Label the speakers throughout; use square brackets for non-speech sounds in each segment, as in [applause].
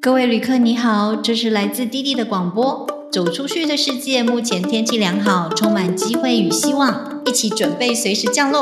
Speaker 1: 各位旅客你好，这是来自滴滴的广播。走出去的世界，目前天气良好，充满机会与希望，一起准备随时降落。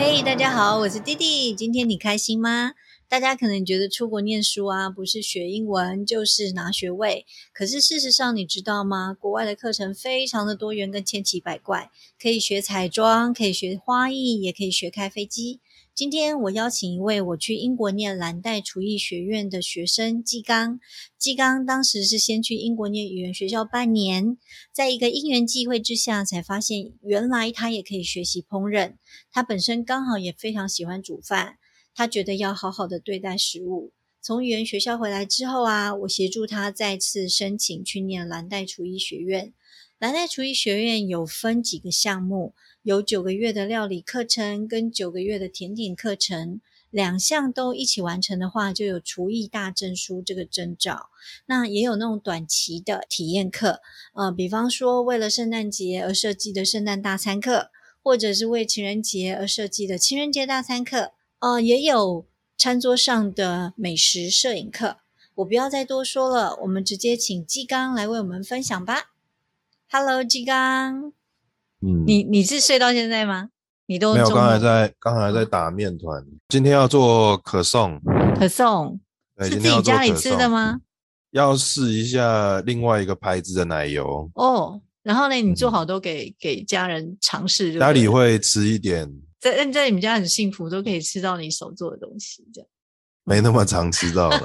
Speaker 1: 嘿、大家好，我是滴滴，今天你开心吗？大家可能觉得出国念书啊，不是学英文就是拿学位，可是事实上，你知道吗？国外的课程非常的多元跟千奇百怪，可以学彩妆，可以学花艺，也可以学开飞机。今天我邀请一位我去英国念蓝带厨艺学院的学生纪刚。纪刚当时是先去英国念语言学校半年，在一个因缘际会之下，才发现原来他也可以学习烹饪。他本身刚好也非常喜欢煮饭，他觉得要好好的对待食物。从语言学校回来之后啊，我协助他再次申请去念蓝带厨艺学院。蓝带厨艺学院有分几个项目，有九个月的料理课程跟九个月的甜点课程，两项都一起完成的话，就有厨艺大证书这个证照。那也有那种短期的体验课，呃，比方说为了圣诞节而设计的圣诞大餐课，或者是为情人节而设计的情人节大餐课，呃，也有餐桌上的美食摄影课。我不要再多说了，我们直接请纪刚来为我们分享吧。Hello，纪刚，
Speaker 2: 嗯，
Speaker 1: 你你是睡到现在吗？你都
Speaker 2: 没有，
Speaker 1: 中嗯
Speaker 2: 刚才
Speaker 1: 午
Speaker 2: 在刚才在打面团，今天要做可颂，
Speaker 1: 可颂
Speaker 2: 对，
Speaker 1: 是
Speaker 2: 今
Speaker 1: 自
Speaker 2: 天要
Speaker 1: 己
Speaker 2: 做
Speaker 1: 家里
Speaker 2: 可
Speaker 1: 吃的
Speaker 2: 颂，
Speaker 1: 吗？
Speaker 2: 要试一下另外一个牌子的奶油，
Speaker 1: 哦，然后呢，你做
Speaker 2: 嗯
Speaker 1: 好都给给家人尝试就对了，
Speaker 2: 家里会吃一点，
Speaker 1: 在在你们家很幸福，都可以吃到你手做的东西，这样。
Speaker 2: 没那么常吃到
Speaker 1: [laughs]
Speaker 2: 了，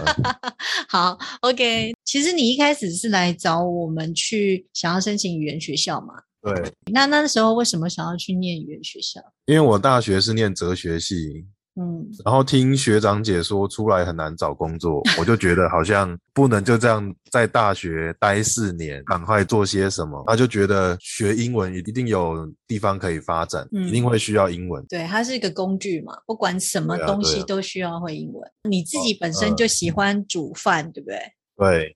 Speaker 1: 好，OK。其实你一开始是来找我们去想要申请语言学校嘛？
Speaker 2: 对，
Speaker 1: 那那时候为什么想要去念语言学校？
Speaker 2: 因为我大学是念哲学系，
Speaker 1: 嗯，
Speaker 2: 然后听学长姐说出来很难找工作，我就觉得好像不能就这样在大学待四年，赶快做些什么。他就觉得学英文一定有地方可以发展，
Speaker 1: 嗯
Speaker 2: 一定会需要英文。
Speaker 1: 对，它是一个工具嘛，不管什么
Speaker 2: 对啊
Speaker 1: 东
Speaker 2: 对
Speaker 1: 西
Speaker 2: 啊
Speaker 1: 都需要会英文。你自己本身
Speaker 2: 嗯
Speaker 1: 就喜欢煮饭，对不对？
Speaker 2: 对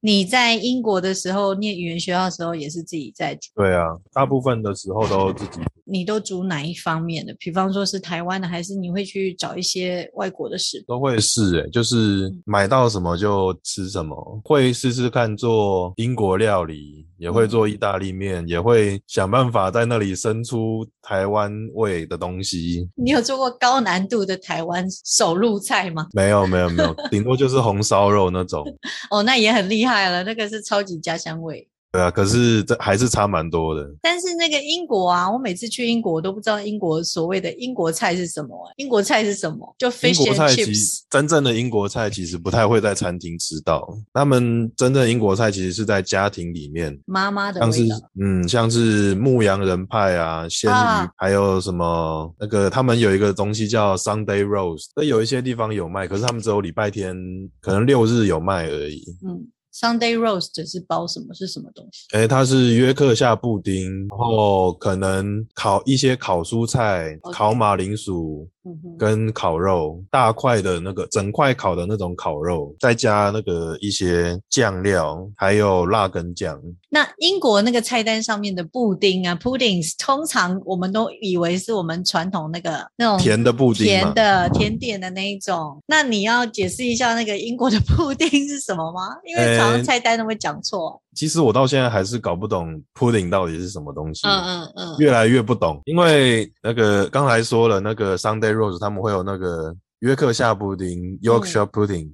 Speaker 1: 你在英国的时候念语言学校的时候也是自己在煮，
Speaker 2: 对啊，大部分的时候都自己。
Speaker 1: 你都煮哪一方面的？比方说是台湾的，还是你会去找一些外国的食谱？
Speaker 2: 都会试诶、就是
Speaker 1: 嗯
Speaker 2: 买到什么就吃什么，会试试看做英国料理，也会做意
Speaker 1: 嗯
Speaker 2: 大利面，也会想办法在那里生出台湾味的东西。
Speaker 1: 你有做过高难度的台湾手入菜吗？
Speaker 2: 没有没有没有，顶多就是红烧肉那种。
Speaker 1: 哦，那也很厉害了，那个是超级家乡味。
Speaker 2: 对啊，可是这还是差蛮多的。
Speaker 1: 但是那个英国啊，我每次去英国我都不知道英国所谓的英国菜是什么、啊英国菜是什么？就
Speaker 2: 英
Speaker 1: fish
Speaker 2: 国
Speaker 1: and
Speaker 2: 菜其
Speaker 1: chips
Speaker 2: 实。真正的英国菜其实不太会在餐厅吃到，他们真正的英国菜其实是在家庭里面，
Speaker 1: 妈妈的
Speaker 2: 像是
Speaker 1: 味道，
Speaker 2: 嗯，像是牧羊人派啊，鲜鱼，
Speaker 1: 啊
Speaker 2: 还有什么那个，他们有一个东西叫 Sunday roast，这有一些地方有卖，可是他们只有礼拜天，可能六日有卖而已。
Speaker 1: 嗯，Sunday roast 是包什么？是什么东西？
Speaker 2: 诶，它是约克夏布丁，然后可能烤一些烤蔬菜、
Speaker 1: OK
Speaker 2: 烤马铃薯
Speaker 1: 嗯哼，
Speaker 2: 跟烤肉，大块的那个整块烤的那种烤肉，再加那个一些酱料，还有辣根酱。
Speaker 1: 那英国那个菜单上面的布丁啊，puddings，通常我们都以为是我们传统那个那种
Speaker 2: 甜的布丁嘛
Speaker 1: 甜的甜点的那一种。那你要解释一下那个英国的 [laughs] 布丁是什么吗？因为常常
Speaker 2: 呃
Speaker 1: 菜单都会讲错。
Speaker 2: 其实我到现在还是搞不懂 pudding 到底是什么东西，啊
Speaker 1: 嗯嗯嗯，
Speaker 2: 越来越不懂。因为那个刚才说了，那个 Sunday Rose 他们会有那个约克夏布丁 （Yorkshire pudding），、
Speaker 1: 嗯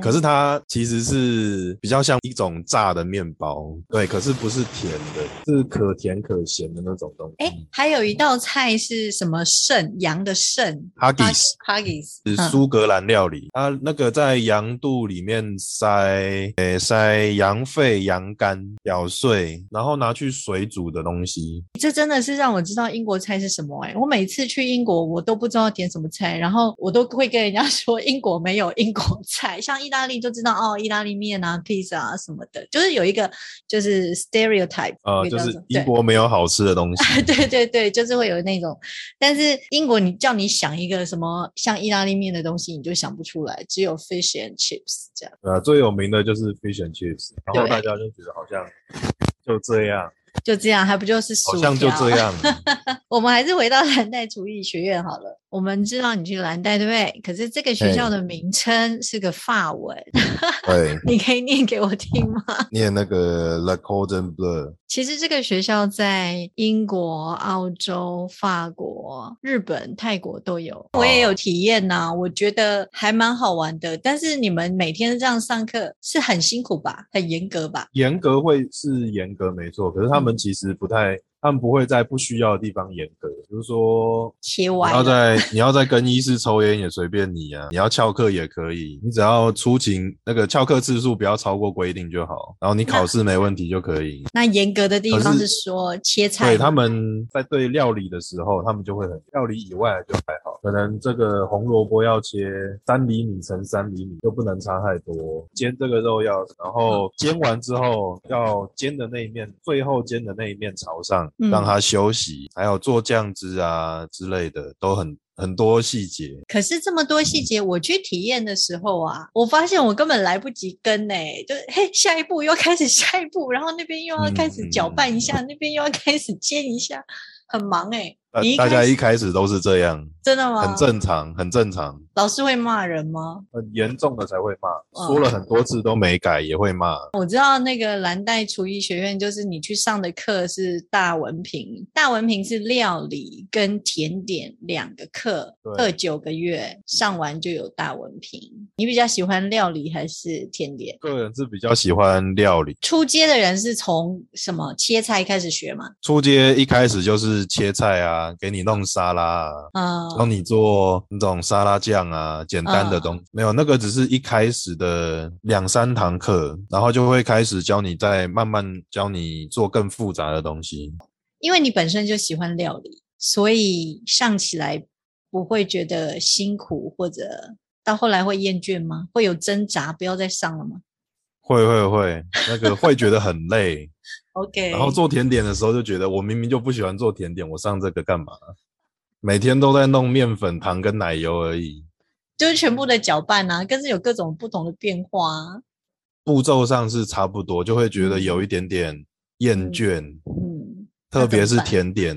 Speaker 2: 可是它其实是比较像一种炸的面包，对，可是不是甜的，是可甜可咸的那种东
Speaker 1: 哎
Speaker 2: 西。，
Speaker 1: 还有一道菜是什么肾？羊的肾
Speaker 2: Haggis
Speaker 1: ，haggis，
Speaker 2: 是
Speaker 1: 嗯
Speaker 2: 苏格兰料理，它那个在羊肚里面塞，呃，塞羊肺、羊肝、表碎，然后拿去水煮的东西。
Speaker 1: 这真的是让我知道英国菜是什么哎、我每 [laughs] 次去英国，我都不知道点什么菜，然后我都会跟人家说英国没有英国菜，来，像意大利就知道哦，意大利面啊、披萨啊什么的，就是有一个就是 stereotype，有
Speaker 2: 呃，
Speaker 1: 一
Speaker 2: 就
Speaker 1: 个
Speaker 2: 是
Speaker 1: 叫做
Speaker 2: 英国没有好吃的东西，
Speaker 1: [laughs] 对对对对，就是会有那种。但是英国你叫你想一个什么像意大利面的东西，你就想不出来，只有 fish and chips 这样。
Speaker 2: 呃，最有名的就是 fish and chips，然后
Speaker 1: 对
Speaker 2: 大家就觉得好像就这样，
Speaker 1: 就这样，还不就是薯
Speaker 2: 好
Speaker 1: 条？
Speaker 2: 像就这。样，
Speaker 1: 我们还是回到蓝带厨艺学院好了。我们知道你去蓝带，对不对？可是这个学校的名称是个法文， [laughs]
Speaker 2: 对，
Speaker 1: 你可以念给我听吗？
Speaker 2: 念那个 La Cordon Bleu，
Speaker 1: 其实这个学校在英国、澳洲、法国、日本、泰国都有，我
Speaker 2: 哦
Speaker 1: 也有体验呐、我觉得还蛮好玩的。但是你们每天这样上课是很辛苦吧？很严格吧？
Speaker 2: 严格会是严格没错，可是他们
Speaker 1: 嗯
Speaker 2: 其实不太，他们不会在不需要的地方严格，比如说
Speaker 1: 切
Speaker 2: 你
Speaker 1: 歪
Speaker 2: 要
Speaker 1: 了，
Speaker 2: 在你要在更衣室抽烟也随便你啊，你要翘课也可以，你只要出勤那个翘课次数不要超过规定就好，然后你考试没问题就可以。
Speaker 1: 那严格的地
Speaker 2: 可
Speaker 1: 方
Speaker 2: 是
Speaker 1: 是说切菜吗，
Speaker 2: 对，他们在对料理的时候，他们就会很料理以外就还好，可能这个红萝卜要切三厘米乘三厘米，就不能差太多。煎这个肉要，然
Speaker 1: 嗯
Speaker 2: 后煎完之后要煎的那一面，最后煎的那一面朝上，
Speaker 1: 嗯
Speaker 2: 让它休息。还有做酱汁啊之类的，都很很多细节。
Speaker 1: 可是这么多细节，我去体验的时候啊，我发现我根本来不及跟呢、就嘿，下一步又开始下一步，然后那边又要开始搅拌一
Speaker 2: 嗯
Speaker 1: 下，那边又要开始煎一下，很忙哎、
Speaker 2: 大
Speaker 1: 你一
Speaker 2: 呃大
Speaker 1: 开
Speaker 2: 家
Speaker 1: 始啊
Speaker 2: 一开始都是这样，
Speaker 1: 真的吗？
Speaker 2: 很正常，很正常。
Speaker 1: 老师会骂人吗？
Speaker 2: 很严重的才会骂，
Speaker 1: 嗯
Speaker 2: 说了很多次都没改也会骂。
Speaker 1: 我知道那个蓝带厨艺学院，就是你去上的课是大文凭，大文凭是料理跟甜点两个课，
Speaker 2: 对
Speaker 1: 各九个月上完就有大文凭。你比较喜欢料理还是甜点？
Speaker 2: 个人是比较喜欢料理，
Speaker 1: 初阶的人是从什么切菜开始学嘛？
Speaker 2: 初阶一开始就是切菜啊，给你弄沙拉啊，
Speaker 1: 嗯，
Speaker 2: 帮你做那种沙拉酱啊，简单的
Speaker 1: 嗯
Speaker 2: 东西。没有，那个只是一开始的两三堂课，然后就会开始教你，再慢慢教你做更复杂的东西。
Speaker 1: 因为你本身就喜欢料理，所以上起来不会觉得辛苦，或者到后来会厌倦吗？会有挣扎，不要再上了吗
Speaker 2: 会会会，那个会觉得很累，
Speaker 1: [laughs] ？OK，
Speaker 2: 然后做甜点的时候就觉得，我明明就不喜欢做甜点，我上这个干嘛？每天都在弄面粉、糖跟奶油而已，
Speaker 1: 就是全部的搅拌啊，更是有各种不同的变化、啊。
Speaker 2: 步骤上是差不多，就会觉得有一点点厌倦，
Speaker 1: 嗯，
Speaker 2: 特别
Speaker 1: 那怎
Speaker 2: 是
Speaker 1: 么办
Speaker 2: 甜点。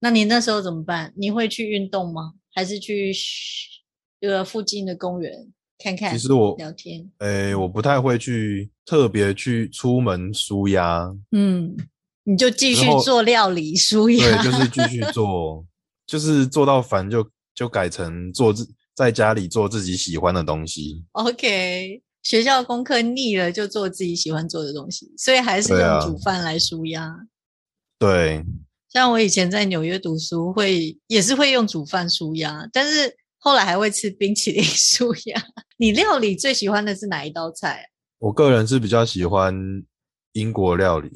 Speaker 1: 那你那时候怎么办？你会去运动吗？还是去嘘这个附近的公园看看？
Speaker 2: 其实我，
Speaker 1: 聊天，
Speaker 2: 诶、我不太会去特别去出门
Speaker 1: [laughs]
Speaker 2: 舒压，
Speaker 1: 嗯，你就继续
Speaker 2: 然后
Speaker 1: 做料理舒压。
Speaker 2: 对，就是继
Speaker 1: [laughs]
Speaker 2: 续做，就是做到烦就就改成做自在家里做自己喜欢的东西。
Speaker 1: [laughs] OK，学校功课腻了就做自己喜欢做的东西，所以还是
Speaker 2: 对
Speaker 1: 用
Speaker 2: 啊
Speaker 1: 煮饭来舒压。
Speaker 2: 对，
Speaker 1: 像我以前在纽约读书会也是会用煮饭舒压，但是后来还会吃冰淇淋 [laughs] 舒压。你料理最喜欢的是哪一道菜啊？
Speaker 2: 我个人是比较喜欢英国料理，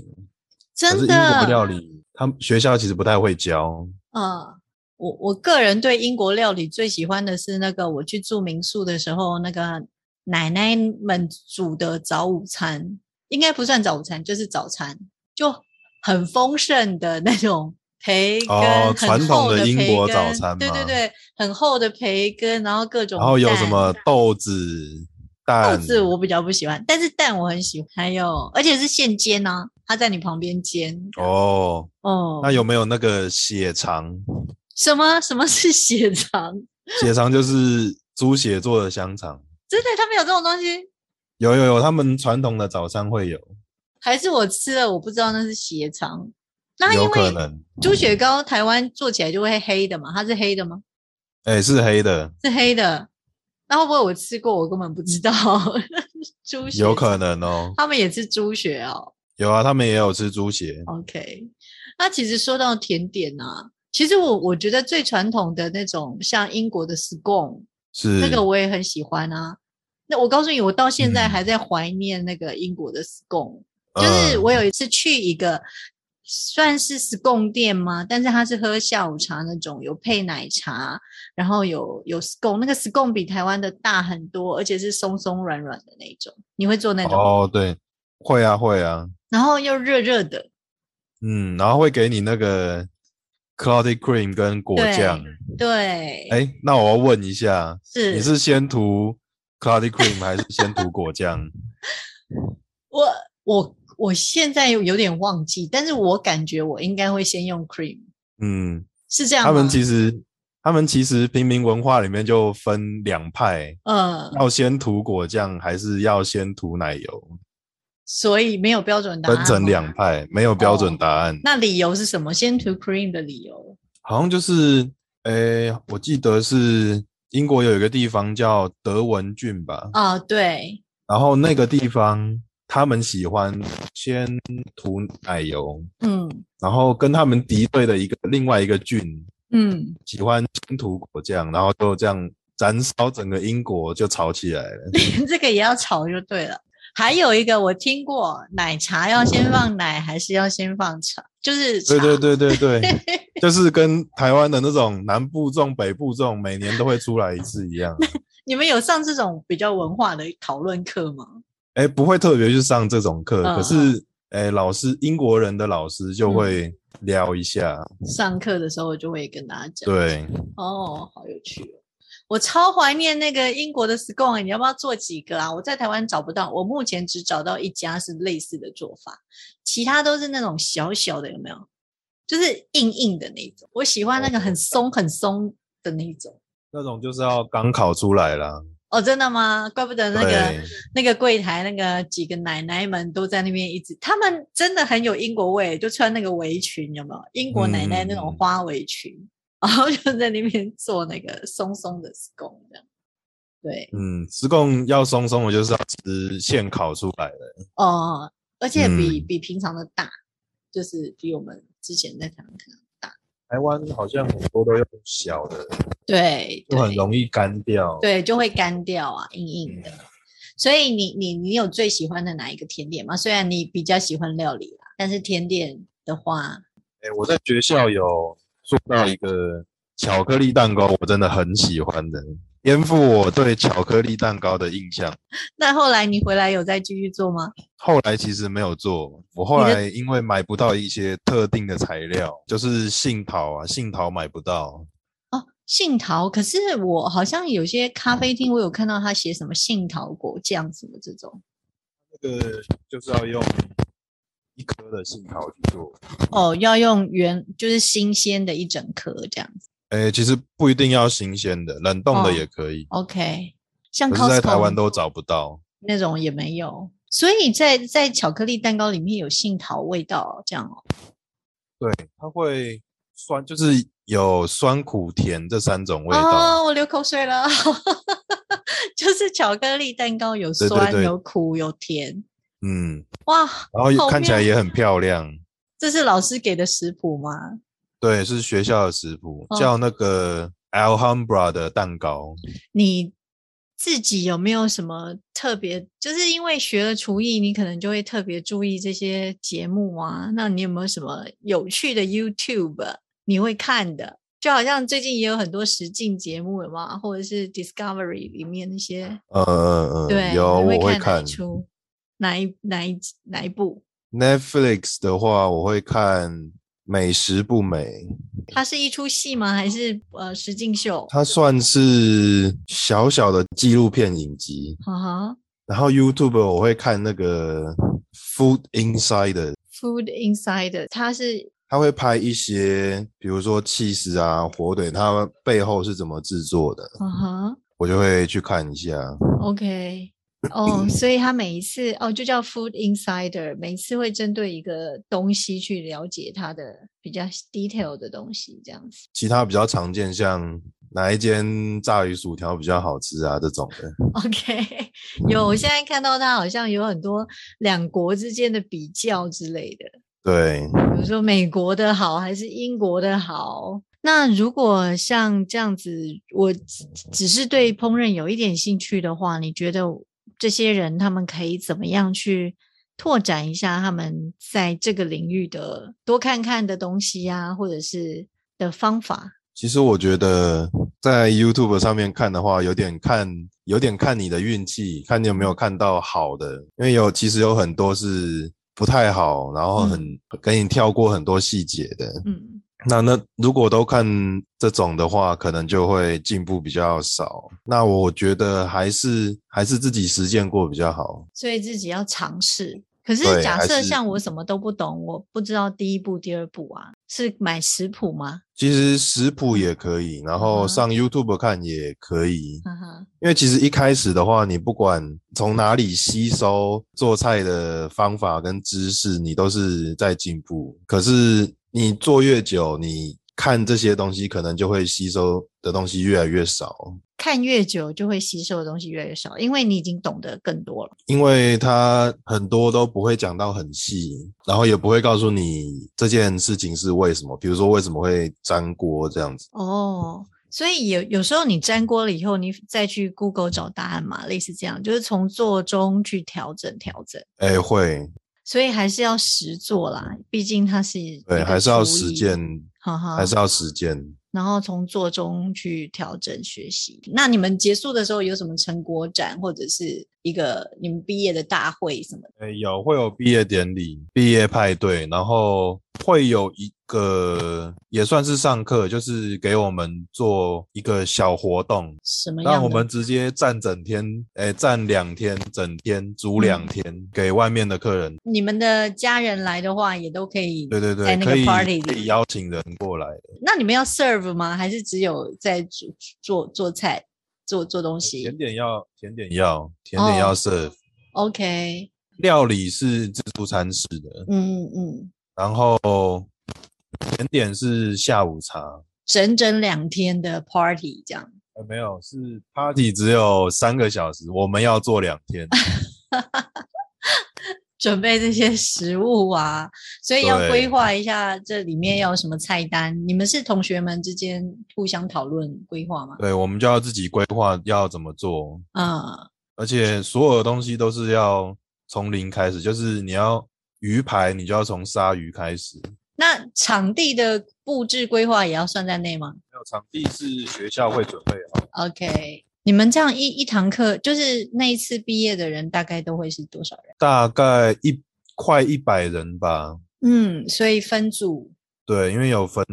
Speaker 2: 可是
Speaker 1: 真
Speaker 2: 英国料
Speaker 1: 的，
Speaker 2: 理，他们学校其实不太会教。
Speaker 1: 嗯。我我个人对英国料理最喜欢的是那个我去住民宿的时候，那个奶奶们煮的早午餐，应该不算早午餐，就是早餐，就很丰盛的那种培根，
Speaker 2: 哦
Speaker 1: 很
Speaker 2: 传统
Speaker 1: 厚
Speaker 2: 的
Speaker 1: 的
Speaker 2: 英
Speaker 1: 培
Speaker 2: 国早
Speaker 1: 根
Speaker 2: 餐
Speaker 1: 对对
Speaker 2: 吗
Speaker 1: 对，很厚的培根，然后各种，
Speaker 2: 然后有什么豆子、
Speaker 1: 啊豆
Speaker 2: 蛋，
Speaker 1: 子我比较不喜欢，但是蛋我很喜欢，还有而且是现煎啊，它在你旁边煎
Speaker 2: 哦，
Speaker 1: 哦。
Speaker 2: 那有没有那个血肠？
Speaker 1: 什么什么是 [laughs] 血肠？
Speaker 2: 血肠就是猪血做的香肠，
Speaker 1: 真的，他们有这种东西？
Speaker 2: 有有有，他们传统的早餐会有，
Speaker 1: 还是我吃了我不知道那是血肠？那
Speaker 2: 有
Speaker 1: 啊因
Speaker 2: 可
Speaker 1: 为
Speaker 2: 能，
Speaker 1: 猪血糕台湾做起来就会黑的嘛，它是黑的吗？
Speaker 2: 哎，是黑的，
Speaker 1: 是黑的，那会不会我吃过我根本不知道？ [laughs] 猪血
Speaker 2: 有可，能哦，
Speaker 1: 他们也吃猪血哦。
Speaker 2: 有啊，他们也有吃猪血，
Speaker 1: OK，那其实说到甜点啊，其实我我觉得最传统的那种，像英国的 scone，
Speaker 2: 是
Speaker 1: 那个我也很喜欢啊。那我告诉你，我到现在
Speaker 2: 嗯
Speaker 1: 还在怀念那个英国的 scone、
Speaker 2: 嗯
Speaker 1: 就是我有一次去一个算是 scone 店吗？但是它是喝下午茶那种，有配奶茶，然后有有 scone，那个 scone 比台湾的大很多，而且是松松软软的那种。你会做那种？
Speaker 2: 哦，对，会啊会啊，
Speaker 1: 然后又热热的，
Speaker 2: 嗯，然后会给你那个 cloudy cream 跟果
Speaker 1: 对
Speaker 2: 酱。
Speaker 1: 对，
Speaker 2: 哎，那我要问一下，
Speaker 1: 是
Speaker 2: 你是先涂 cloudy cream 还是先涂果酱？ [laughs]
Speaker 1: 我我我现在有有点忘记，但是我感觉我应该会先用 cream，
Speaker 2: 嗯，
Speaker 1: 是这样吗？
Speaker 2: 他们其实他们其实平民文化里面就分两派，
Speaker 1: 呃，
Speaker 2: 要先涂果酱还是要先涂奶油，
Speaker 1: 所以没有标准答案
Speaker 2: 分
Speaker 1: 吗，哦
Speaker 2: 成两派，没有标准答案。
Speaker 1: 那理由是什么？先涂 cream 的理由？
Speaker 2: 好像就是，诶，我记得是英国有一个地方叫德文郡吧，
Speaker 1: 啊、对，
Speaker 2: 然后那个地方他们喜欢先涂奶油，
Speaker 1: 嗯
Speaker 2: 然后跟他们敌对的一个另外一个郡
Speaker 1: 嗯，
Speaker 2: 喜欢先涂果酱，然后就这样燃烧整个英国就吵起来
Speaker 1: [laughs]
Speaker 2: 了。
Speaker 1: [laughs] 这个也要炒就对了。还有一个我听过，奶茶要先放奶还是要先放茶？就是茶
Speaker 2: 对对对
Speaker 1: [laughs]
Speaker 2: 对对，就是跟台湾的那种南部种、北部种，每年都会出来一次一样。
Speaker 1: 你们有上这种比较文化的讨论课吗？
Speaker 2: 哎，不会特别去上这种课，
Speaker 1: 嗯
Speaker 2: 可是哎，老师英国人的老师就会聊一下。
Speaker 1: 上课的时候就会跟大家讲。 [laughs]
Speaker 2: 对，
Speaker 1: 哦，好有趣哦！我超怀念那个英国的 scone，你要不要做几个啊？我在台湾找不到，我目前只找到一家是类似的做法，其他都是那种小小的，有没有？就是硬硬的那种。我喜欢那个很松很松的那种。
Speaker 2: 那种就是要刚考出来啦。
Speaker 1: 哦，真的吗？怪不得那个
Speaker 2: 对，
Speaker 1: 那个柜台那个几个奶奶们都在那边一直，他们真的很有英国味，就穿那个围裙，有没有？英国奶奶那
Speaker 2: 嗯嗯
Speaker 1: 种
Speaker 2: 嗯
Speaker 1: 花围裙，然后就在那边做那个松松的 scone 这样。对，
Speaker 2: 嗯，吃贡要松松，我就是要吃现烤出来的。
Speaker 1: 哦、而且比、
Speaker 2: 嗯
Speaker 1: 比平常的大，就是比我们之前在台湾看到大。
Speaker 2: 台湾好像很多都用小的，
Speaker 1: 对，
Speaker 2: 就很
Speaker 1: 对
Speaker 2: 容易干掉。，
Speaker 1: 对，就会干掉啊，硬硬
Speaker 2: 嗯
Speaker 1: 的。所以你你你有最喜欢的哪一个甜点吗？虽然你比较喜欢料理啦，但是甜点的话，
Speaker 2: 哎，我在学校有做到一个巧克力蛋糕，我真的很喜欢的，颠覆我对巧克力蛋糕的印象。
Speaker 1: 那后来你回来有再继续做吗？
Speaker 2: 后来其实没有做，我后
Speaker 1: 你的
Speaker 2: 来因为买不到一些特定的材料，就是杏桃啊，杏桃买不到。
Speaker 1: 哦，杏桃，可是我好像有些咖啡厅我有看到他写什么杏桃果酱什么这种。
Speaker 2: 这个就是要用一颗的杏桃去做。
Speaker 1: 哦，要用原就是新鲜的一整颗这样子。
Speaker 2: 诶，其实不一定要新鲜的，冷冻
Speaker 1: 哦
Speaker 2: 的也可以，
Speaker 1: OK，像
Speaker 2: 可是在台湾
Speaker 1: Costco
Speaker 2: 都找不到。
Speaker 1: 那种也没有，所以在在巧克力蛋糕里面有杏桃味道哦、这样哦。
Speaker 2: 对，它会酸，就是有酸、苦、甜这三种味道。
Speaker 1: 哦，我流口水了， [laughs] 就是巧克力蛋糕有
Speaker 2: 对对
Speaker 1: 酸
Speaker 2: 对
Speaker 1: 有苦有甜，
Speaker 2: 嗯，
Speaker 1: 哇，
Speaker 2: 然后也
Speaker 1: 好
Speaker 2: 看起来
Speaker 1: 妙
Speaker 2: 也很漂亮。
Speaker 1: 这是老师给的食谱吗？
Speaker 2: 对，是学校的食谱，
Speaker 1: 哦
Speaker 2: 叫那个 Alhambra 的蛋糕。
Speaker 1: 你自己有没有什么特别？就是因为学了厨艺，你可能就会特别注意这些节目啊。那你有没有什么有趣的 YouTube 你会看的？就好像最近也有很多实境节目了嘛，或者是 Discovery 里面那些，
Speaker 2: 嗯嗯
Speaker 1: 对，
Speaker 2: 嗯，有
Speaker 1: 你
Speaker 2: 我会
Speaker 1: 会哪一
Speaker 2: 看。
Speaker 1: 出哪一哪一哪一部？
Speaker 2: Netflix 的话，我会看《美食不美》，
Speaker 1: 它是一出戏吗？还是呃实境秀？
Speaker 2: 它算是小小的纪录片影集。
Speaker 1: 哈啊哈
Speaker 2: 然后 YouTube 我会看那个 Food Insider，
Speaker 1: ，Food Insider，它是
Speaker 2: 他会拍一些，比如说气司啊、火腿，它背后是怎么制作的，
Speaker 1: 哈啊哈
Speaker 2: 我就会去看一下。
Speaker 1: ，OK，哦，所以它每一次哦就叫 Food Insider，每一次会针对一个东西去了解它的比较 detail 的东西，这样子。
Speaker 2: 其他比较常见，像哪一间炸鱼薯条比较好吃啊这种的。
Speaker 1: OK，有， [laughs] 我现在看到它好像有很多两国之间的比较之类的。
Speaker 2: 对，
Speaker 1: 比如说美国的好还是英国的好？那如果像这样子，我只只是对烹饪有一点兴趣的话，你觉得这些人他们可以怎么样去拓展一下他们在这个领域的多看看的东西呀、或者是的方法。
Speaker 2: 其实我觉得在 YouTube 上面看的话，有点看有点看你的运气，看你有没有看到好的，因为有其实有很多是不太好，然后很、给你跳过很多细节的。
Speaker 1: 嗯
Speaker 2: 那那如果都看这种的话，可能就会进步比较少。那我觉得还是还是自己实践过比较好。
Speaker 1: 所以自己要尝试。可是
Speaker 2: 对
Speaker 1: 假
Speaker 2: 还
Speaker 1: 设
Speaker 2: 是
Speaker 1: 像我什么都不懂，我不知道第一步、第二步啊，是买食谱吗？
Speaker 2: 其实食谱也可以，然后
Speaker 1: 嗯
Speaker 2: 上 YouTube 看也可以，
Speaker 1: 哈哈，
Speaker 2: 因为其实一开始的话，你不管从哪里吸收做菜的方法跟知识，你都是在进步。可是你做越久，你看这些东西，可能就会吸收的东西越来越少。
Speaker 1: 看越久就会吸收的东西越来越少，因为你已经懂得更多了。
Speaker 2: 因为它很多都不会讲到很细，然后也不会告诉你这件事情是为什么，比如说为什么会粘锅这样子。
Speaker 1: 哦，所以有有时候你粘锅了以后，你再去 Google 找答案嘛，类似这样，就是从做中去调整调整。
Speaker 2: 哎，会，
Speaker 1: 所以还是要实做啦，毕竟它是一
Speaker 2: 对，
Speaker 1: 个
Speaker 2: 还是要
Speaker 1: 厨
Speaker 2: 实
Speaker 1: 艺，啊
Speaker 2: 践，
Speaker 1: 哈哈，
Speaker 2: 还是要实践。
Speaker 1: 然后从做中去调整学习。那你们结束的时候有什么成果展，或者是一个你们毕业的大会什么的？
Speaker 2: 哎，有会有毕业典礼、毕业派对，然后会有一个也算是上课，就是给我们做一个小活动，
Speaker 1: 什么样的？
Speaker 2: 让我们直接站整天，哎，站两天，整天煮两
Speaker 1: 嗯
Speaker 2: 天，给外面的客人
Speaker 1: 你们的家人来的话，也都可以。
Speaker 2: 对对
Speaker 1: 在
Speaker 2: 对，
Speaker 1: 那
Speaker 2: 可
Speaker 1: 个
Speaker 2: 以
Speaker 1: party
Speaker 2: 可
Speaker 1: 里
Speaker 2: 以邀请人过来。
Speaker 1: 那你们要 serve 吗？还是只有在煮做做菜、做做东西
Speaker 2: 甜点要甜点要甜点
Speaker 1: 哦
Speaker 2: 要 serve，、
Speaker 1: ？OK，
Speaker 2: 料理是自助餐式的，
Speaker 1: 嗯嗯，
Speaker 2: 然后甜点是下午茶。
Speaker 1: 整整两天的 party 这样。
Speaker 2: 呃，没有，是 party 只有三个小时，我们要做两天。
Speaker 1: 准备这些食物啊，所以要
Speaker 2: 对
Speaker 1: 规划一下这里面要有什么菜单。你们是同学们之间互相讨论规划吗？
Speaker 2: 对，我们就要自己规划要怎么做，
Speaker 1: 嗯，
Speaker 2: 而且所有的东西都是要从零开始，就是你要鱼排，你就要从杀鱼开始。
Speaker 1: 那场地的布置规划也要算在内吗
Speaker 2: 还有场地是学校会准备好。
Speaker 1: ？OK，你们这样一一堂课，就是那一次毕业的人大概都会是多少人？
Speaker 2: 大概一快一百人吧。
Speaker 1: 嗯，所以分组
Speaker 2: 对，因为有分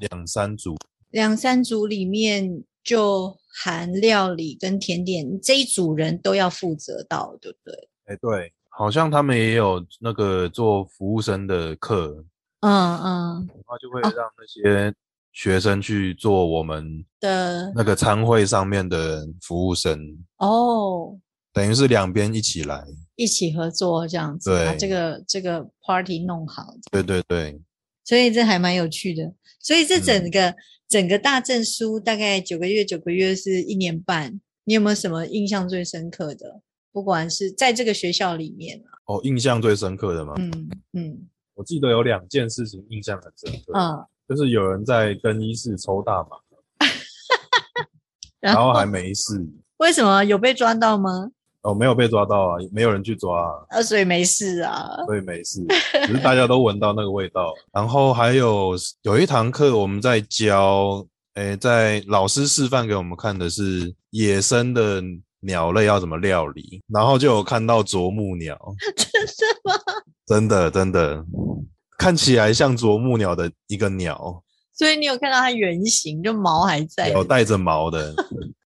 Speaker 2: 两三组，
Speaker 1: 两三组里面就含料理跟甜点这一组人都要负责到，对不对？
Speaker 2: 哎，对，好像他们也有那个做服务生的课，
Speaker 1: 嗯嗯
Speaker 2: 然后就会让那些学生去做我们
Speaker 1: 的
Speaker 2: 那个餐会上面的服务生，
Speaker 1: 哦。
Speaker 2: 等于是两边一起来。
Speaker 1: 一起合作这样子，把
Speaker 2: 对
Speaker 1: 这个这个 party 弄好，
Speaker 2: 对对对，
Speaker 1: 所以这还蛮有趣的。所以这
Speaker 2: 嗯
Speaker 1: 整个、整个大证书大概九个月，九个月是一年半。你有没有什么印象最深刻的？不管是在这个学校里面啊，
Speaker 2: 哦，印象最深刻的嘛，
Speaker 1: 嗯嗯
Speaker 2: 我记得有两件事情印象很深刻，
Speaker 1: 啊，
Speaker 2: 就是有人在更衣室抽大麻，
Speaker 1: [laughs] 然
Speaker 2: 然
Speaker 1: 后
Speaker 2: 后还没事，
Speaker 1: 为什么有被抓到吗？
Speaker 2: 哦，没有被抓到啊，没有人去抓、啊。
Speaker 1: 啊，所以没事啊。
Speaker 2: 所以没事，只是大家都闻到那个味道。然后还有有一堂课我们在教，诶，在老师示范给我们看的是野生的鸟类要怎么料理，然后就有看到啄木 [laughs] 鸟， [laughs] 真的吗？真的真的，看起来像啄木鸟的一个鸟，
Speaker 1: 所以你有看到它原型，就毛还在。
Speaker 2: 有带着毛 [laughs] 的，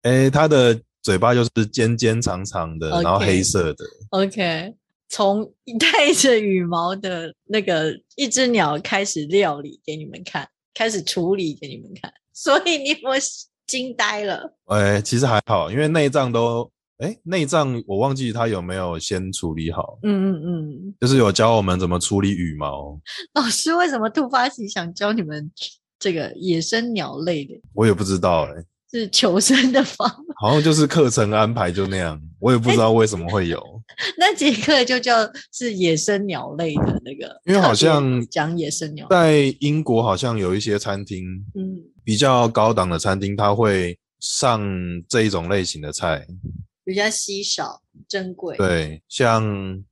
Speaker 2: 诶，它的嘴巴就是尖尖长长的，然后
Speaker 1: OK
Speaker 2: 黑色的，
Speaker 1: OK，从 [laughs] 带着羽毛的那个一只鸟开始料理给你们看，开始处理给你们看，所以你有没有惊呆了？
Speaker 2: 哎、其实还好，因为内脏都，哎、内脏我忘记它有没有先处理好，
Speaker 1: 嗯嗯嗯，
Speaker 2: 就是有教我们怎么处理羽毛，
Speaker 1: 老师为什么突发奇想教你们这个野生鸟类的？
Speaker 2: 我也不知道、哎，
Speaker 1: 是求生的方法， [laughs]
Speaker 2: 好像就是课程安排就那样，我也
Speaker 1: 哎
Speaker 2: 不知道为什么会有，
Speaker 1: [laughs] 那节课就叫是野生鸟类的那个，
Speaker 2: 因为好
Speaker 1: 特别
Speaker 2: 像
Speaker 1: 讲野生鸟，
Speaker 2: 在英国好像有一些餐厅
Speaker 1: 嗯，
Speaker 2: 比较高档的餐厅，它会上这一种类型的菜，
Speaker 1: 比较稀少，珍贵。
Speaker 2: 对，像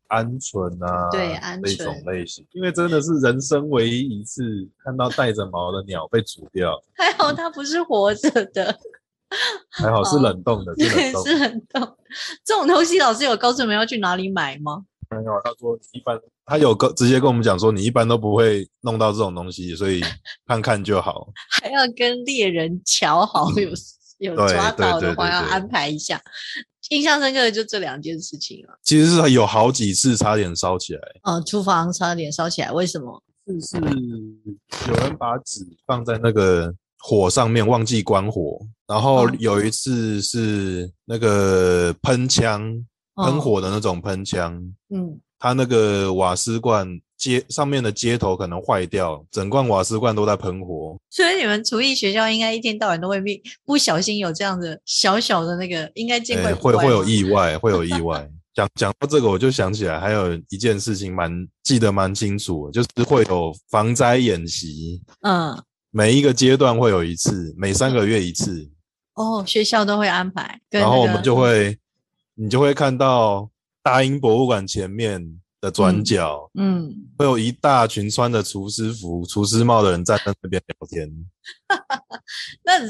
Speaker 2: 鹌鹑啊，
Speaker 1: 对鹌鹑
Speaker 2: 这种类型，因为真的是人生唯一一次看到带着毛的鸟被煮掉，
Speaker 1: [laughs] 还好它不是活着的，
Speaker 2: 还好是
Speaker 1: 哦
Speaker 2: 冷冻的， [laughs] 是冷
Speaker 1: 对，
Speaker 2: 冻
Speaker 1: 是
Speaker 2: 的。
Speaker 1: 很痛。这种东西老师有告诉你们要去哪里买吗？
Speaker 2: 没有，他说你一般，他有跟直接跟我们讲说，你一般都不会弄到这种东西，所以看看就好。
Speaker 1: 还要跟猎人瞧好有有
Speaker 2: 嗯对
Speaker 1: 抓
Speaker 2: 对
Speaker 1: 到的
Speaker 2: 对
Speaker 1: 话
Speaker 2: 对
Speaker 1: 要
Speaker 2: 对
Speaker 1: 安排一下。印象深刻的就这两件事情了。
Speaker 2: 其实是有好几次差点烧起来，
Speaker 1: 哦，厨房差点烧起来，为什么？
Speaker 2: 是有人把纸放在那个火上面忘记关火，然后
Speaker 1: 哦
Speaker 2: 有一次是那个喷枪，
Speaker 1: 哦
Speaker 2: 喷，火的那种喷枪，
Speaker 1: 嗯，
Speaker 2: 它那个瓦斯罐接上面的接头可能坏掉，整罐瓦斯罐都在喷火。
Speaker 1: 所以你们厨艺学校应该一天到晚都会被不小心有这样的小小的那个，应该见
Speaker 2: 哎
Speaker 1: 怪不啊怪
Speaker 2: 会会有
Speaker 1: 吗
Speaker 2: 意外，会有意外。
Speaker 1: [laughs]
Speaker 2: 讲讲到这个，我就想起来还有一件事情蛮记得蛮清楚的，就是会有防灾演习，
Speaker 1: 嗯，
Speaker 2: 每一个阶段会有一次，每三个月一次，
Speaker 1: 哦，学校都会安排，跟
Speaker 2: 然后
Speaker 1: 那
Speaker 2: 我
Speaker 1: 个
Speaker 2: 们就会你就会看到大英博物馆前面的转
Speaker 1: 嗯
Speaker 2: 角、
Speaker 1: 嗯，
Speaker 2: 会有一大群穿着厨师服、厨师帽的人站在那边聊天。
Speaker 1: 那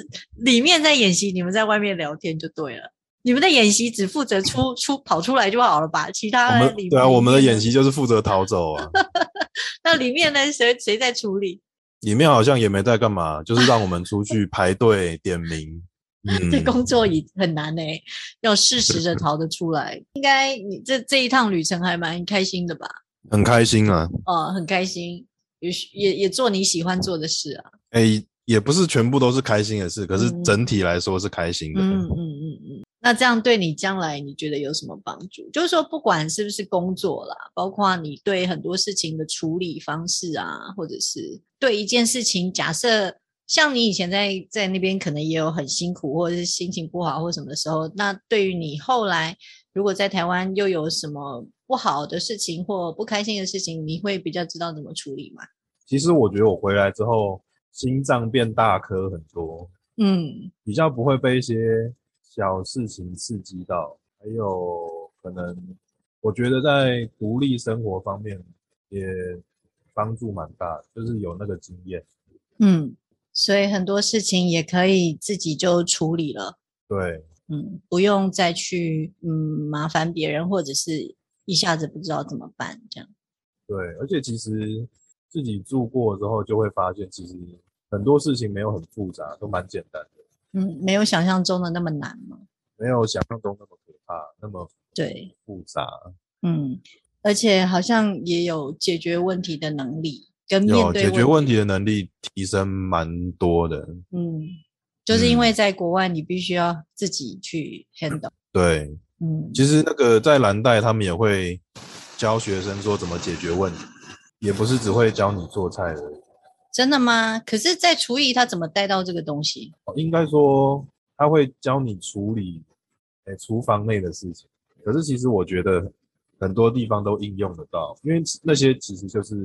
Speaker 1: 里面在演习，你们在外面聊天就对了。你们的演习只负责出出跑出来就好了吧？其
Speaker 2: 我
Speaker 1: 他的
Speaker 2: 们
Speaker 1: 里
Speaker 2: 对啊，
Speaker 1: 里
Speaker 2: 我们的
Speaker 1: 面
Speaker 2: 演习就是负责逃
Speaker 1: [laughs]
Speaker 2: 走啊，
Speaker 1: 那里面呢，谁谁在处理？
Speaker 2: 里面好像也没在干嘛，就是让我们出去排队点
Speaker 1: [laughs]
Speaker 2: 名。嗯，
Speaker 1: 这工作也很难呢、要适时的逃得出来。应该你这这一趟旅程还蛮开心的吧？
Speaker 2: 很开心啊。
Speaker 1: 哦，很开心，也也也做你喜欢做的事啊。
Speaker 2: 哎、也不是全部都是开心的事，可是
Speaker 1: 嗯
Speaker 2: 整体来说是开心的。
Speaker 1: 嗯嗯嗯嗯。那这样对你将来你觉得有什么帮助？就是说，不管是不是工作啦，包括你对很多事情的处理方式啊，或者是对一件事情，假设像你以前在在那边可能也有很辛苦，或者是心情不好或什么的时候，那对于你后来如果在台湾又有什么不好的事情或不开心的事情，你会比较知道怎么处理吗？
Speaker 2: 其实我觉得我回来之后，心脏变大颗很多，
Speaker 1: 嗯
Speaker 2: 比较不会被一些小事情刺激到，还有可能我觉得在独立生活方面也帮助蛮大的，就是有那个经验。
Speaker 1: 嗯，所以很多事情也可以自己就处理了。
Speaker 2: 对，
Speaker 1: 嗯，不用再去嗯麻烦别人，或者是一下子不知道怎么办这样。
Speaker 2: 对，而且其实自己住过之后，就会发现其实很多事情没有很复杂，都蛮简单的，
Speaker 1: 嗯，没有想象中的那么难嘛。
Speaker 2: 没有想象中那么可怕，那么
Speaker 1: 对，
Speaker 2: 复杂。
Speaker 1: 嗯，而且好像也有解决问题的能力，跟面
Speaker 2: 有
Speaker 1: 对
Speaker 2: 解决问
Speaker 1: 题。
Speaker 2: 题的能力提升蛮多的，
Speaker 1: 嗯，就是因
Speaker 2: 嗯
Speaker 1: 为在国外，你必须要自己去 handle。
Speaker 2: 对。
Speaker 1: 嗯，
Speaker 2: 其实那个在蓝带他们也会教学生说怎么解决问题，也不是只会教你做菜的，
Speaker 1: 真的吗？可是，在厨艺他怎么带到这个东西？
Speaker 2: 哦应该说他会教你处理诶、厨房内的事情。可是其实我觉得很多地方都应用得到，因为那些其实就是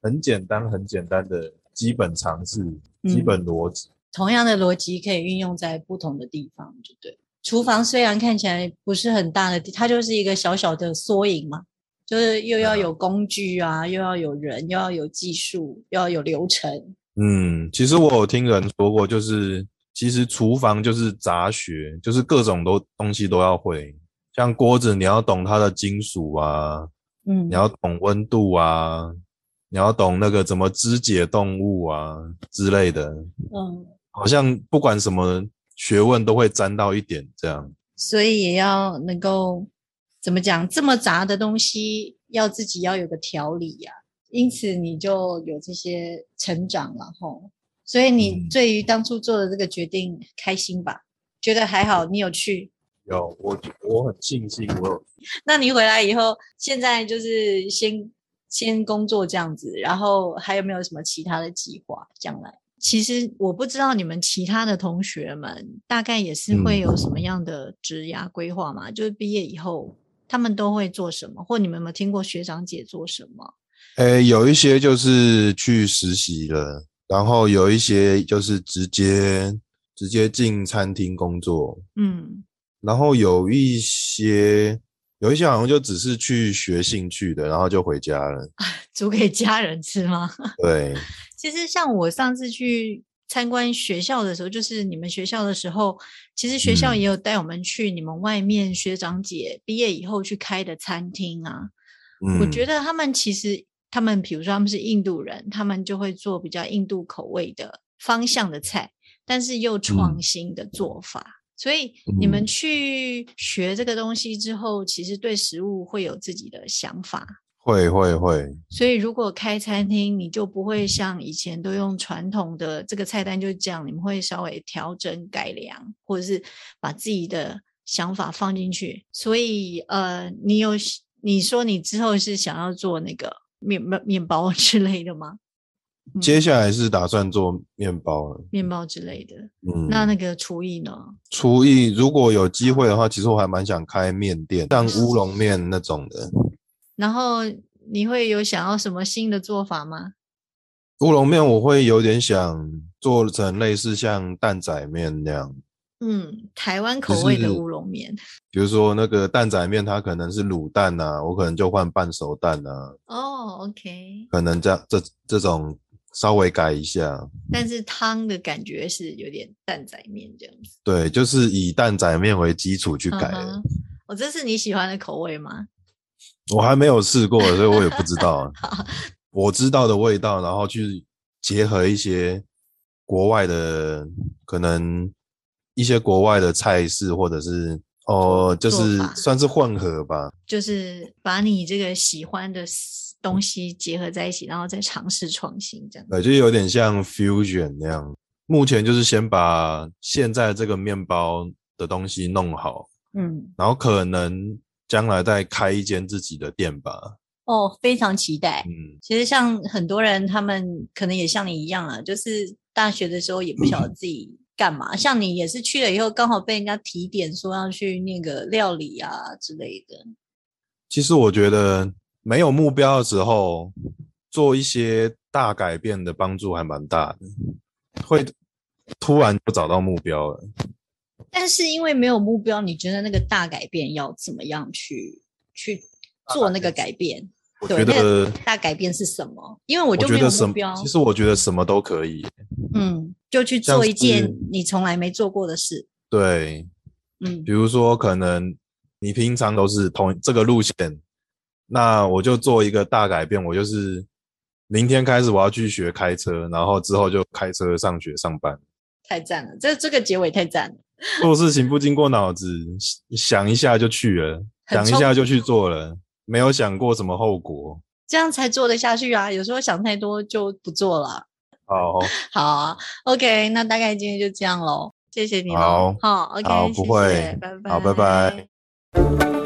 Speaker 2: 很简单、很简单的基本常识、基
Speaker 1: 嗯
Speaker 2: 本逻辑。
Speaker 1: 同样的逻辑可以运用在不同的地方，就对。厨房虽然看起来不是很大的地，它就是一个小小的缩影嘛，就是又要
Speaker 2: 对啊
Speaker 1: 有工具啊，又要有人，又要有技术，又要有流程。
Speaker 2: 嗯，其实我有听人说过，就是其实厨房就是杂学，就是各种都东西都要会。像锅子，你要懂它的金属啊，
Speaker 1: 嗯
Speaker 2: 你，要懂温度啊，你要懂那个怎么肢解动物啊之类的。
Speaker 1: 嗯，
Speaker 2: 好像不管什么学问都会沾到一点这样。
Speaker 1: 所以也要能够怎么讲，这么杂的东西，要自己要有个条理呀、因此你就有这些成长了吼。所以你
Speaker 2: 嗯
Speaker 1: 对于当初做的这个决定开心吧？觉得还好，你有去
Speaker 2: 有我，我很庆幸我有。
Speaker 1: 那你回来以后，现在就是先先工作这样子，然后还有没有什么其他的计划？将来其实我不知道你们其他的同学们大概也是会
Speaker 2: 嗯
Speaker 1: 有什么样的职涯规划嘛？就是毕业以后他们都会做什么，或你们有没有听过学长姐做什么？
Speaker 2: 诶、有一些就是去实习了，然后有一些就是直接直接进餐厅工作。
Speaker 1: 嗯 [laughs]
Speaker 2: 然后有一些有一些好像就只是去学兴趣的，然后就回家了。
Speaker 1: 啊煮给家人吃吗？
Speaker 2: 对，
Speaker 1: 其实像我上次去参观学校的时候，就是你们学校的时候，其实学校
Speaker 2: 嗯
Speaker 1: 也有带我们去你们外面学长姐毕业以后去开的餐厅啊。
Speaker 2: 嗯，
Speaker 1: 我觉得他们其实，他们比如说他们是印度人，他们就会做比较印度口味的方向的菜，但是又创新的做法。所以你们
Speaker 2: 嗯
Speaker 1: 去学这个东西之后，其实对食物会有自己的想法。
Speaker 2: 会会会，
Speaker 1: 所以，如果开餐厅，你就不会像以前都用传统的这个菜单就是这样，你们会稍微调整改良，或者是把自己的想法放进去。所以，呃，你有你说你之后是想要做那个面面包之类的吗？嗯
Speaker 2: 接下来是打算做面包了。
Speaker 1: 面包之类的，
Speaker 2: 嗯，
Speaker 1: 那那个厨艺呢？
Speaker 2: 厨艺如果有机会的话，其实我还蛮想开面店，像
Speaker 1: 嗯
Speaker 2: 乌龙面那种的。
Speaker 1: 然后你会有想要什么新的做法吗？
Speaker 2: 乌龙面我会有点想做成类似像蛋仔面那样，
Speaker 1: 嗯，台湾口味
Speaker 2: 是
Speaker 1: 的乌龙面
Speaker 2: 比如说那个蛋仔面它可能是卤蛋啊，我可能就换半熟蛋啊，
Speaker 1: 哦，OK，
Speaker 2: 可能这样这这种稍微改一下。
Speaker 1: 但是汤的感觉是有点蛋仔面这样子。
Speaker 2: 对，就是以蛋仔面为基础去
Speaker 1: 嗯
Speaker 2: 改的。
Speaker 1: 哼哦，这是你喜欢的口味吗？
Speaker 2: 我还没有试过，所以我也不知
Speaker 1: [laughs]
Speaker 2: 道。我知道的味道，然后去结合一些国外的，可能一些国外的菜式，或者是哦，就
Speaker 1: 做
Speaker 2: 是
Speaker 1: 法
Speaker 2: 算是混合吧。
Speaker 1: 就是把你这个喜欢的 s- 东西结合在一起，然后再尝试创新这样。
Speaker 2: 对，就有点像 fusion 那样。目前就是先把现在这个面包的东西弄好，
Speaker 1: 嗯，
Speaker 2: 然后可能将来再开一间自己的店吧。
Speaker 1: 哦，非常期待。
Speaker 2: 嗯，
Speaker 1: 其实像很多人，他们可能也像你一样啊，就是大学的时候也不晓得自己干嘛。像你也是去了以后，刚好被人家提点说要去那个料理啊之类的。
Speaker 2: 其实我觉得没有目标的时候，做一些大改变的帮助还蛮大的，会突然就找到目标了。
Speaker 1: 但是因为没有目标，你觉得那个大改变要怎么样去去做那个改变？
Speaker 2: 我
Speaker 1: 对
Speaker 2: 觉
Speaker 1: 那个
Speaker 2: 得，
Speaker 1: 大改变是什么？因为我
Speaker 2: 我
Speaker 1: 就
Speaker 2: 觉
Speaker 1: 没
Speaker 2: 得
Speaker 1: 有
Speaker 2: 什
Speaker 1: 目
Speaker 2: 么
Speaker 1: 标，，
Speaker 2: 其实我觉得什么都可以。
Speaker 1: 嗯，就去
Speaker 2: 像
Speaker 1: 做一件
Speaker 2: 是
Speaker 1: 你从来没做过的事，
Speaker 2: 对，
Speaker 1: 嗯
Speaker 2: 比如说可能你平常都是同这个路线，那我就做一个大改变，我就是明天开始我要去学开车，然后之后就开车上学上班。
Speaker 1: 太赞了，这这个结尾太赞了，
Speaker 2: 做事情不经过脑子，想一下就去了，
Speaker 1: 很
Speaker 2: 想一
Speaker 1: 冲
Speaker 2: 下就去做了，没有想过什么后果。
Speaker 1: 这样才做得下去啊。有时候想太多就不做了。
Speaker 2: 好，
Speaker 1: 好啊，OK，那大概今天就这样喽，谢谢你咯。
Speaker 2: 好
Speaker 1: 好，OK，
Speaker 2: 好不
Speaker 1: 谢谢
Speaker 2: 会
Speaker 1: 拜拜，
Speaker 2: 好拜拜。